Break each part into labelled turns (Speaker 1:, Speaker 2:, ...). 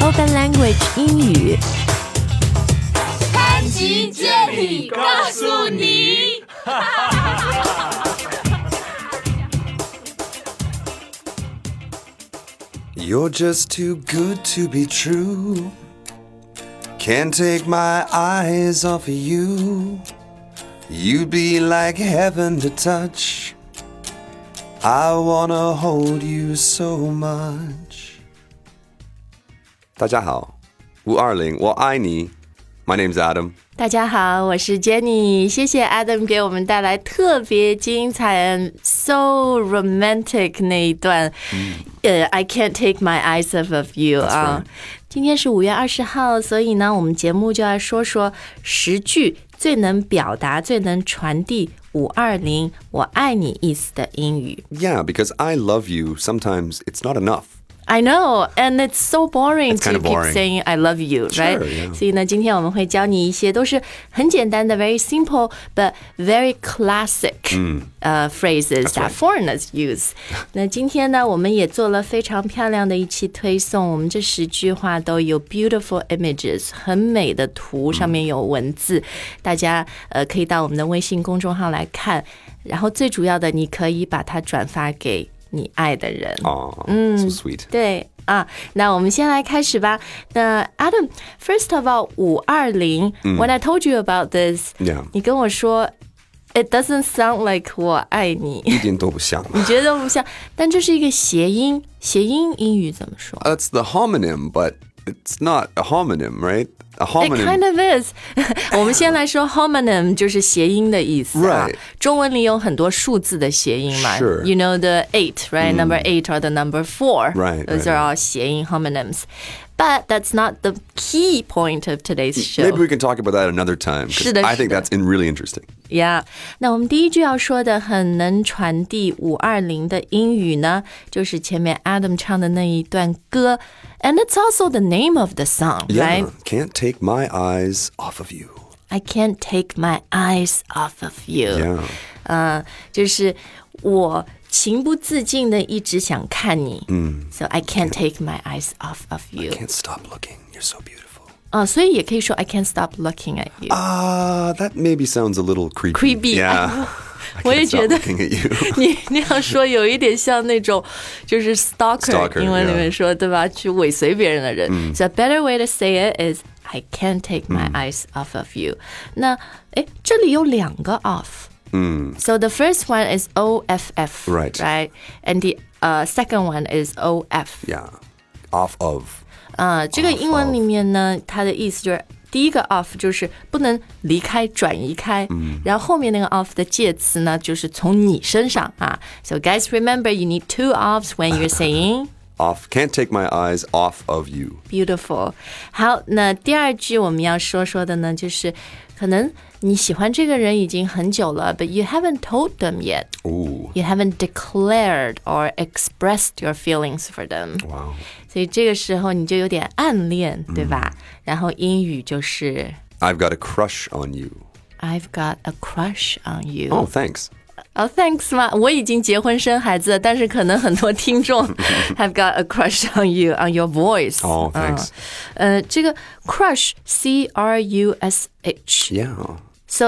Speaker 1: Golden Language 英语。
Speaker 2: 潘吉建里告诉你，
Speaker 3: You're just too good to be true. Can't take my eyes off of you. You'd be like heaven to touch. I wanna hold you so much. 大家好，五二零，我爱你。My name's Adam.
Speaker 1: 大家好，我是 Jenny，谢谢 Adam 给我们带来特别精彩、and so romantic 那一段。呃、i can't take my eyes off of you 啊。今天是五月二十号，所以呢，我们节目就要说说十句最能表达、最能传递“五二零我爱你”意思的英语。
Speaker 3: Yeah, because I love you, sometimes it's not enough.
Speaker 1: I know, and it's so boring
Speaker 3: It's
Speaker 1: to
Speaker 3: kinda
Speaker 1: keep
Speaker 3: boring.
Speaker 1: saying I love you, right?
Speaker 3: Sure, yeah.
Speaker 1: 所以呢，今天我们会教你一些都是很简单的，very simple but very classic
Speaker 3: Mm.
Speaker 1: 呃、phrases that foreigners use。那今天呢，我们也做了非常漂亮的一期推送，我们这十句话都有 beautiful images，很美的图，上面有文字，大家呃可以到我们的微信公众号来看。然后最主要的，你可以把它转发给你爱的人。
Speaker 3: Aw, so sweet.
Speaker 1: 对啊，那我们先来开始吧。那 Adam，first of all，五二零，when I told you about this，、
Speaker 3: Yeah.
Speaker 1: 你跟我说，it doesn't sound like 我爱你， 你觉得不像，但这是一个谐音，谐音英语怎么说
Speaker 3: Uh, That's the homonym, but it's not a homonym, right? A
Speaker 1: ？It
Speaker 3: homonym.
Speaker 1: kind of is 。 我们先来说 homonym，就是谐音的意思啊
Speaker 3: Right。
Speaker 1: 中文里有很多数字的谐音嘛
Speaker 3: Sure Mm.
Speaker 1: ，you know the eight, right? Number eight or the number four.
Speaker 3: Right,
Speaker 1: Those
Speaker 3: right,
Speaker 1: are all 谐音 homonyms. But that's not the key point of today's show.
Speaker 3: Maybe we can talk about that another time 'cause
Speaker 1: 是的，
Speaker 3: I think
Speaker 1: 是的。
Speaker 3: that's in really interesting.
Speaker 1: Yeah，那我们第一句要说的很能传递五二零的英语呢，就是前面 Adam 唱的那一段歌，and it's also the name of the song, right?
Speaker 3: can't take my eyes off of you.
Speaker 1: I can't take my eyes off of you.
Speaker 3: Yeah.
Speaker 1: 呃，就是我情不自禁的一直想看你。嗯，So I can't take my eyes off of you.
Speaker 3: Can't stop looking. You're so beautiful.
Speaker 1: 啊，所以也可以说 I can't stop looking at you.
Speaker 3: Ah, that maybe sounds a little creepy.
Speaker 1: Creepy.
Speaker 3: Yeah. I
Speaker 1: 我也
Speaker 3: can't
Speaker 1: 觉
Speaker 3: stop
Speaker 1: 得
Speaker 3: looking at you.
Speaker 1: 你那样说有一点像那种就是 stalker，,
Speaker 3: Stalker，
Speaker 1: 英文里面说对吧？去尾随别人的人。So a better way to say it is I can't take my eyes off of you。那诶，这里有两个 off。嗯。So the first one is O F F。
Speaker 3: Right.
Speaker 1: Right. And the 呃、second one is O F。
Speaker 3: yeah. Off of.
Speaker 1: 呃，这个
Speaker 3: Off
Speaker 1: 英文里面呢，它的意思就是。第一个 off 就是不能离开、转移开，然后后面那个 off 的介词呢，就是从你身上啊。So guys, remember you need two offs when you're saying
Speaker 3: Off. Can't take my eyes off of you.
Speaker 1: beautiful。好，那第二句我们要说说的呢，就是可能你喜欢这个人已经很久了，but you haven't told them yet,
Speaker 3: Ooh.
Speaker 1: you haven't declared or expressed your feelings for them。
Speaker 3: Wow.
Speaker 1: 所以这个时候你就有点暗恋，对吧？然后英语就是。
Speaker 3: I've got a crush on you.
Speaker 1: I've got a crush on you.
Speaker 3: Oh, thanks.
Speaker 1: Oh, thanks 嘛，我已经结婚生孩子了，但是可能很多听 众 have got a crush on you on your voice.
Speaker 3: Oh, thanks.
Speaker 1: Uh. 嗯呃，这个 crush c r u s h，so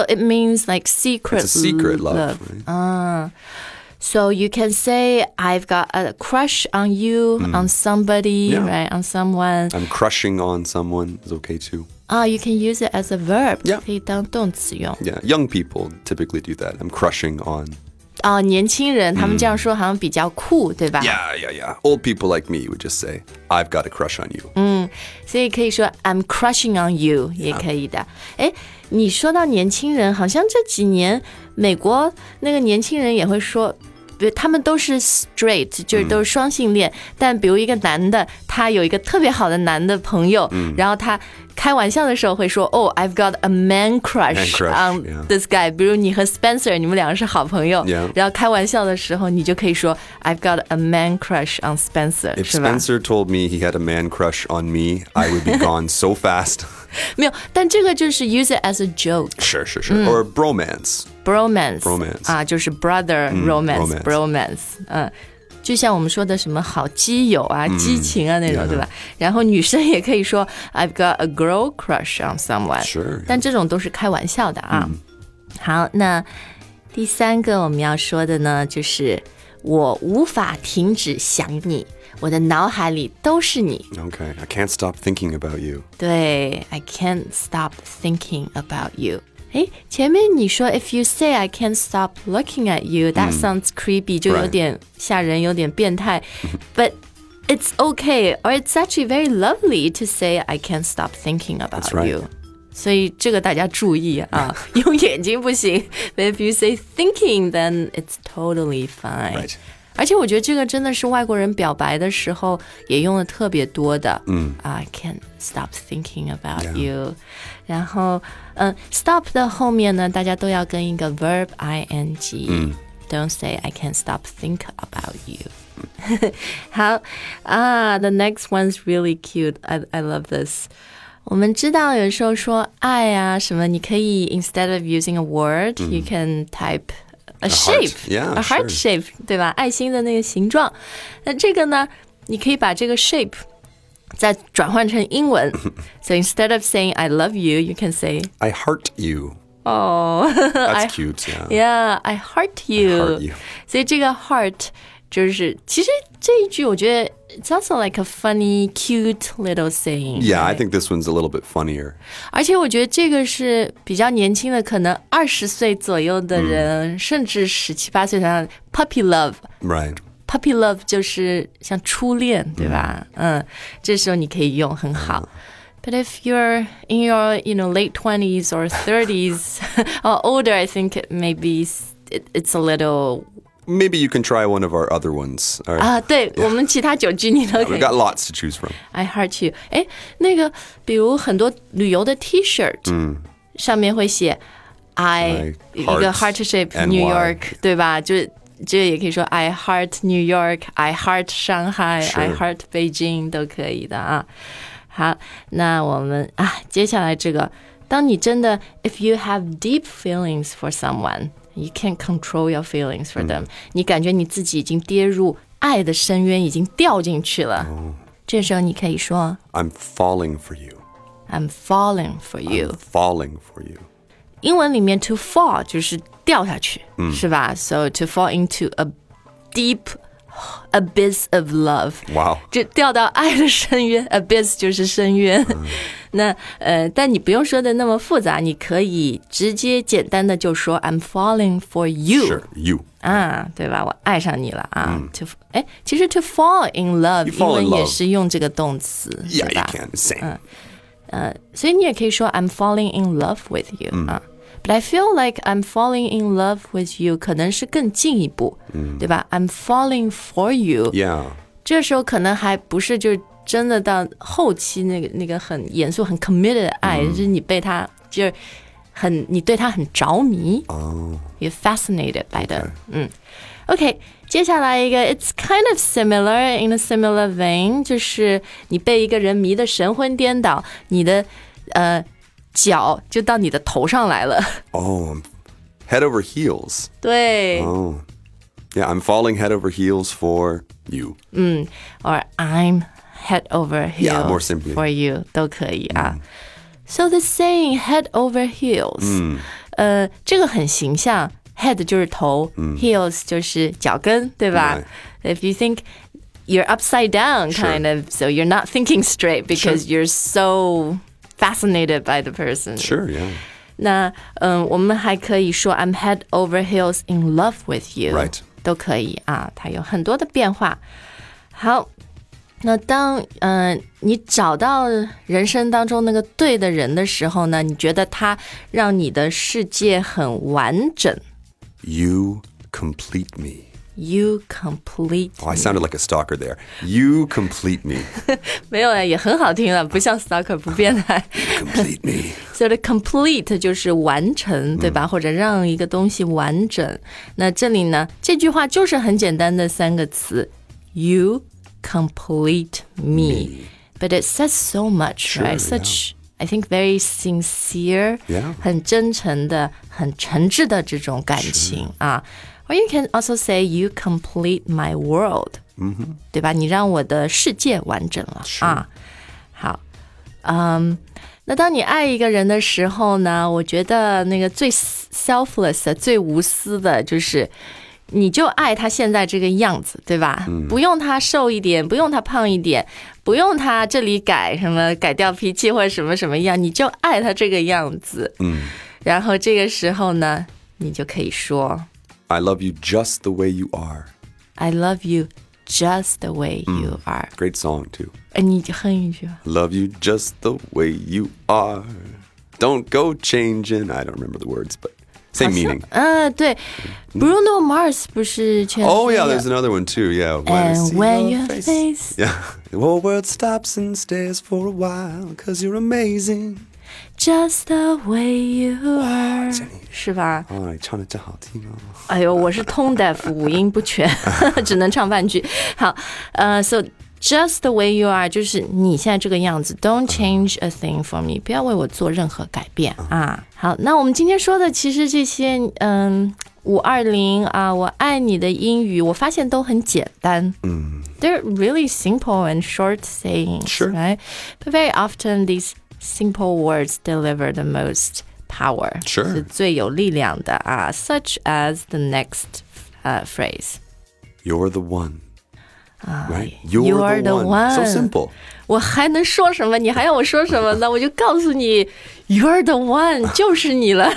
Speaker 3: Yeah.
Speaker 1: it means like secret.
Speaker 3: It's a secret love.
Speaker 1: love.
Speaker 3: right?
Speaker 1: So you can say I've got a crush on you, on somebody,
Speaker 3: Mm. Yeah.
Speaker 1: right? On someone.
Speaker 3: I'm crushing on someone is okay too.
Speaker 1: 啊、y o u can use it as a verb，、
Speaker 3: Yeah.
Speaker 1: 可以当动词用。
Speaker 3: Yeah. Young people typically do that. I'm crushing on.
Speaker 1: 啊、年轻人他们这样说好像比较酷，对吧
Speaker 3: Yeah, yeah, yeah. Old people like me would just say, I've got a crush on you.
Speaker 1: Mm, 所以可以说 I'm crushing on you 也可以的。哎，你说到年轻人，好像这几年美国那个年轻人也会说。比如他们都是 straight，就是
Speaker 3: 嗯
Speaker 1: 都是双性恋。但比如一个男的，他有一个特别好的男的朋友，
Speaker 3: 嗯
Speaker 1: 然后他开玩笑的时候会说：“哦、i v e got a man
Speaker 3: Man
Speaker 1: crush
Speaker 3: crush,
Speaker 1: on
Speaker 3: yeah.
Speaker 1: this guy。”比如你和 Spencer，你们两个是好朋友
Speaker 3: Yeah.
Speaker 1: 然后开玩笑的时候，你就可以说：“I've got a man crush on Spencer。”
Speaker 3: If
Speaker 1: 是吧？
Speaker 3: Spencer told me he had a man crush on me, I would be gone so fast.
Speaker 1: 没有，但这个就是 use it as a joke。
Speaker 3: Sure, sure,
Speaker 1: Mm.
Speaker 3: sure. Or bromance.
Speaker 1: bromance，
Speaker 3: Bromance
Speaker 1: 啊，就是 brother romance，bromance，、
Speaker 3: romance
Speaker 1: 嗯。就像我们说的什么好基友啊、激情啊那种，对吧？然后女生也可以说 I've got a girl crush on someone，
Speaker 3: Sure, yeah.
Speaker 1: 但这种都是开玩笑的啊。好，那第三个我们要说的呢，就是我无法停止想你，我的脑海里都是你。
Speaker 3: Okay, I can't stop thinking about you.
Speaker 1: 对，I can't stop thinking about you。哎，前面你说 If you say I can't stop looking at you, that sounds creepy，、就有
Speaker 3: Mm. Right
Speaker 1: 点吓人，有点变态。But it's okay, or it's actually very lovely to say I can't stop thinking about
Speaker 3: right.
Speaker 1: you。所以这个大家注意 啊，用眼睛不行。But if you say thinking, then it's totally fine.
Speaker 3: Right.
Speaker 1: 而且我觉得这个真的是外国人表白的时候也用的特别多的。嗯，I can't stop thinking about
Speaker 3: Yeah.
Speaker 1: you。然后，嗯，stop 的后面呢，大家都要跟一个 verb ing。Don't say I can't stop think about you. 好啊，the ah, next one's really cute. I I love this. 我们知道有时候说爱啊什么，你可以 instead of using a word,、you can type a
Speaker 3: Mm-hmm. heart.
Speaker 1: shape,
Speaker 3: Yeah,
Speaker 1: a heart shape，对吧？爱心的那个形状。那这个呢，你可以把这个 shape 再转换成英 文。so instead of saying I love you, you can say
Speaker 3: I heart you.
Speaker 1: Oh,
Speaker 3: That's
Speaker 1: I
Speaker 3: cute. Yeah.
Speaker 1: Yeah, I heart you.
Speaker 3: heart you.
Speaker 1: 所以这个 heart 就是，其实这一句我觉得 it's also like a funny, cute little saying.
Speaker 3: Yeah, I think this one's a little bit funnier.
Speaker 1: 而且我觉得这个是比较年轻的，可能二十岁左右的人，甚至十七八岁的 puppy love。
Speaker 3: Right.
Speaker 1: Puppy love 就是像初恋，对吧？嗯这时候你可以用，很好。But if you're in your you know late twenties or thirties or older, I think it maybe s- it, it's a little
Speaker 3: Maybe you can try one of our other ones. All right.
Speaker 1: 啊，对我们其他九句你都可
Speaker 3: We've
Speaker 1: 以。
Speaker 3: got lots to choose from.
Speaker 1: I heart you。哎，那个比如很多旅游的 T shirt，嗯，上面会写 I
Speaker 3: I
Speaker 1: 一个 heart
Speaker 3: heart
Speaker 1: shape
Speaker 3: NY
Speaker 1: New York，对吧？就是这也可以说 I heart New York，I heart 上海
Speaker 3: 是
Speaker 1: ，I heart Beijing 都可以的啊。好，那我们啊，接下来这个，当你真的 if you have deep feelings for someone。You can't control your feelings for them、你感觉你自己已经跌入爱的深渊，已经掉进去了。这时候你可以说
Speaker 3: I'm falling for you.
Speaker 1: I'm falling for you。
Speaker 3: Falling for you.
Speaker 1: 英文里面 to fall 就是掉下去，
Speaker 3: 嗯
Speaker 1: 是吧？So to fall into a deep abyss of love。
Speaker 3: Wow.
Speaker 1: 就掉到爱的深渊，abyss 就是深渊。
Speaker 3: 嗯
Speaker 1: 那呃，但你不用说的那么复杂，你可以直接简单的就说 I'm falling for you。
Speaker 3: Sure. You.
Speaker 1: 啊，对吧？我爱上你了啊、t o 哎，其实 to fall in love，
Speaker 3: You fall
Speaker 1: 英
Speaker 3: in
Speaker 1: 文也
Speaker 3: love
Speaker 1: 是用这个动词，
Speaker 3: Yeah,
Speaker 1: 对
Speaker 3: you
Speaker 1: 吧？
Speaker 3: can. Same.
Speaker 1: Uh. 所以你也可以说 I'm falling in love with you、啊。But I feel like I'm falling in love with you，可能是更进一步，对吧？I'm falling for you，、
Speaker 3: yeah.
Speaker 1: 这时候可能还不是就是真的到后期那个那个很严肃、很 committed 的爱，就是你被他就是很你对他很着迷哦，you're fascinated by them，嗯，OK。接下来一个，it's kind of similar in a similar vein，就是你被一个人迷得神魂颠倒，你的呃脚就到你的头上来了，
Speaker 3: Oh, I'm head over heels.
Speaker 1: 对。
Speaker 3: Oh. Yeah, I'm falling head over heels for you.
Speaker 1: or I'm head over heels
Speaker 3: Yeah, more simply. Mm.
Speaker 1: for you 都可以啊。So the saying head over heels，呃，这个很形象。Head 就是头、heels
Speaker 3: Mm.
Speaker 1: 就是脚跟，对吧 If you think you're upside down,
Speaker 3: Sure.
Speaker 1: kind of, so you're not thinking straight because you're so fascinated by the person.
Speaker 3: Sure, yeah.
Speaker 1: 那嗯，我们还可以说 I'm head over heels in love with you，
Speaker 3: Right.
Speaker 1: 啊呃都可以啊，它有很多的变化。好，那当嗯、呃、你找到人生当中那个对的人的时候呢，你觉得他让你的世界很完整。You
Speaker 3: You complete me.
Speaker 1: complete
Speaker 3: Oh, I sounded like a stalker there. You complete me.
Speaker 1: 没有啊，也很好听了，不像 stalker 不变态。
Speaker 3: complete me.
Speaker 1: So the complete 就是完成，对吧？或者让一个东西完整。那这里呢，这句话就是很简单的三个词：You complete me. But it says so much, right? Such I think very sincere，
Speaker 3: Yeah.
Speaker 1: 很真诚的、很诚挚的这种感情啊。 Or you can also say you complete my world，嗯哼，对吧？你让我的世界完整了啊。好，嗯，那当你爱一个人的时候呢，我觉得那个最 selfless 的、最无私的，就是你就爱他现在这个样子，对吧？
Speaker 3: 嗯
Speaker 1: 不用他瘦一点，不用他胖一点，不用他这里改什么改掉脾气或者什么什么样，你就爱他这个样子。嗯，然后这个时候呢，你就可以说。
Speaker 3: I love you just the way you are.
Speaker 1: I love you just the way
Speaker 3: 嗯
Speaker 1: you are。
Speaker 3: Great song, too.
Speaker 1: 哎，你哼一句吧。
Speaker 3: Love you just the way you are. Don't go changing. I don't remember the words, but same meaning.
Speaker 1: 嗯，对，Bruno Mars 不是全
Speaker 3: Oh, yeah, there's another one, too. Yeah. When I
Speaker 1: And
Speaker 3: see
Speaker 1: when
Speaker 3: your
Speaker 1: your face
Speaker 3: Yeah. The whole world stops and stares for a while because you're amazing.
Speaker 1: just the way you are，是吧？
Speaker 3: 哎，唱的真好听哦！
Speaker 1: 哎呦，我是通 deaf，五音不全，只能唱半句。好，呃，so just the way you are，就是你现在这个样子，don't change a thing for me，不要为我做任何改变啊。好，那我们今天说的其实这些，嗯，五二零啊，我爱你的英语，我发现都很简单，嗯，they're really simple and short sayings，
Speaker 3: Sure.
Speaker 1: right？But very often these simple words deliver the most power，
Speaker 3: Sure.
Speaker 1: 是最有力量的啊，such as the next 呃 phrase。
Speaker 3: You're the one. right?
Speaker 1: you're the
Speaker 3: So
Speaker 1: one.
Speaker 3: simple.
Speaker 1: 我还能说什么？你还要我说什么呢？ 我就告诉你，You're the one，就是你了。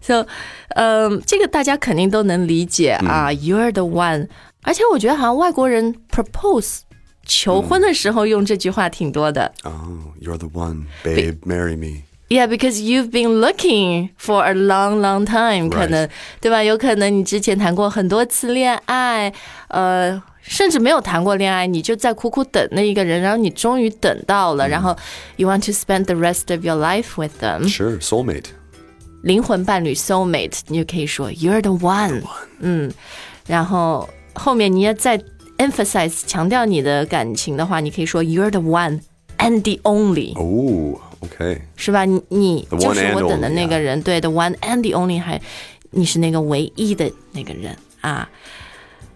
Speaker 1: so，嗯、这个大家肯定都能理解啊、y o u r e the one。而且我觉得好像外国人 propose 求婚的时候用这句话挺多的。
Speaker 3: Oh, you're the one, babe. marry me.
Speaker 1: Yeah, because you've been looking for a long, long time，、可能对吧？有可能你之前谈过很多次恋爱，呃，甚至没有谈过恋爱，你就在苦苦等那一个人，然后你终于等到了，然后 you want to spend the rest of your life with them，
Speaker 3: Sure, soulmate.
Speaker 1: 灵魂伴侣 soul mate，你就可以说 you're the one，嗯，然后后面你要再 emphasize 强调你的感情的话，你可以说 you're the one and the only。
Speaker 3: Oh, okay.
Speaker 1: 是吧？你你
Speaker 3: The
Speaker 1: 就
Speaker 3: one
Speaker 1: 是
Speaker 3: and
Speaker 1: 我等的
Speaker 3: only
Speaker 1: 那个人，对，the one and the only，还你是那个唯一的那个人啊。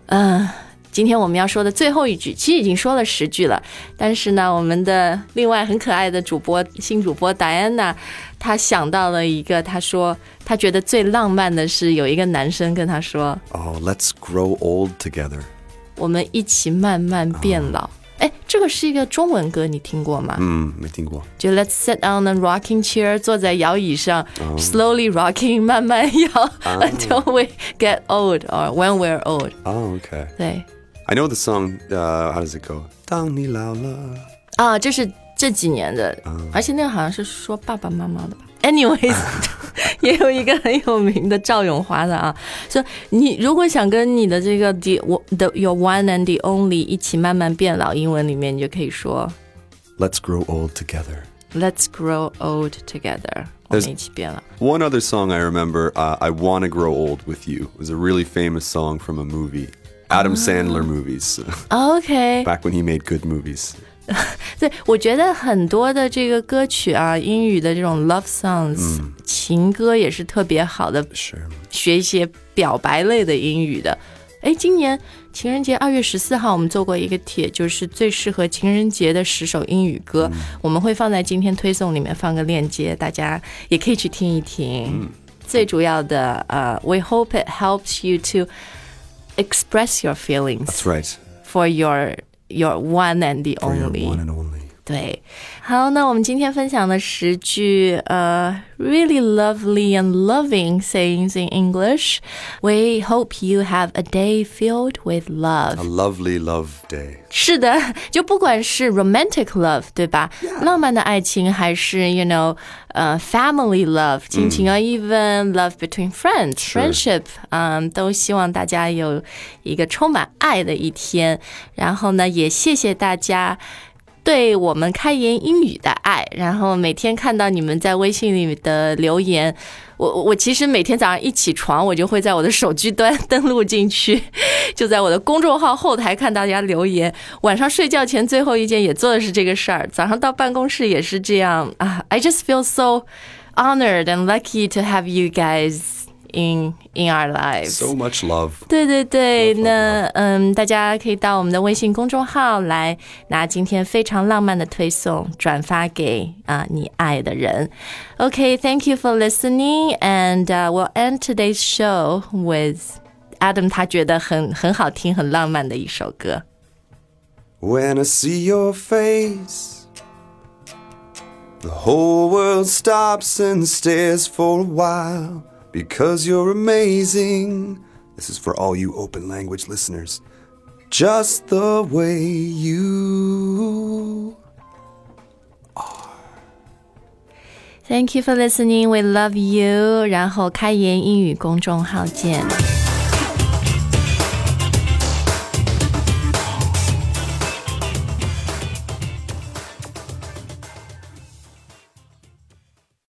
Speaker 1: 嗯、今天我们要说的最后一句，其实已经说了十句了，但是呢，我们的另外很可爱的主播新主播戴安娜，她想到了一个，她说她觉得最浪漫的是有一个男生跟她说，
Speaker 3: Oh, let's grow old together.
Speaker 1: 我们一起慢慢变
Speaker 3: 啊
Speaker 1: 老。哎，这个是一个中文歌，你听过吗？
Speaker 3: Hmm, 没听过。
Speaker 1: 就 Let's sit on a rocking chair，坐在摇椅上、s l o w l y rocking，慢慢摇、until we get old or when we're old。
Speaker 3: Oh, okay.
Speaker 1: 对，
Speaker 3: I know the song. Uh, how does it go? 当你老了。
Speaker 1: 啊，这是这几年的，而且那个好像是说爸爸妈妈的吧。Anyways，也有一个很有名的赵咏华的啊，说你如果想跟你的这个 the 我 the your one and the only 一起慢慢变老，英文里面你就可以说
Speaker 3: Let's grow old together.
Speaker 1: Let's grow old together，我们一起变老。
Speaker 3: One other song I remember, uh, I Want to Grow Old with You, was a really famous song from a movie. Adam Sandler movies,
Speaker 1: OK，
Speaker 3: back when he made good movies.
Speaker 1: 对，我觉得很多的这个歌曲啊，英语的这种 love songs、情歌也是特别好的，
Speaker 3: Sure.
Speaker 1: 学一些表白类的英语的。哎，今年情人节二月十四号，我们做过一个帖，就是最适合情人节的十首英语歌，我们会放在今天推送里面放个链接，大家也可以去听一听。最主要的，呃、w e hope it helps you to express your feelings
Speaker 3: That's right.
Speaker 1: for your your one and the
Speaker 3: For your
Speaker 1: only。
Speaker 3: one and only.
Speaker 1: 对，好，那我们今天分享的十句呃、really lovely and loving sayings in English. We hope you have a day filled with
Speaker 3: A
Speaker 1: love.
Speaker 3: lovely love day.
Speaker 1: 是的，就不管是 romantic love，对吧浪漫的爱情，还是 you know，呃、f a m i l y love，亲情啊、e v e n love between friends，friendship，嗯、都希望大家有一个充满爱的一天。然后呢，也谢谢大家。对我们开言英语的爱，然后每天看到你们在微信里的留言，我我其实每天早上一起床，我就会在我的手机端登录进去， 就在我的公众号后台看大家留言。晚上睡觉前最后一件也做的是这个事儿，早上到办公室也是这样啊。I just feel so honored and lucky to have you guys in in our lives。
Speaker 3: So much love.
Speaker 1: 对对对，那嗯，大家可以到我们的微信公众号来拿今天非常浪漫的推送，转发给啊、你爱的人。OK，thank、you for listening, and、we'll uh, end today's show with Adam 他觉得很很好听、很浪漫的一首歌。
Speaker 3: When I see your face, the whole world stops and stares for a while because you're amazing. This is for all you open language listeners. Just the way you
Speaker 1: Thank you for listening, we love you。然后开言英语公众号见。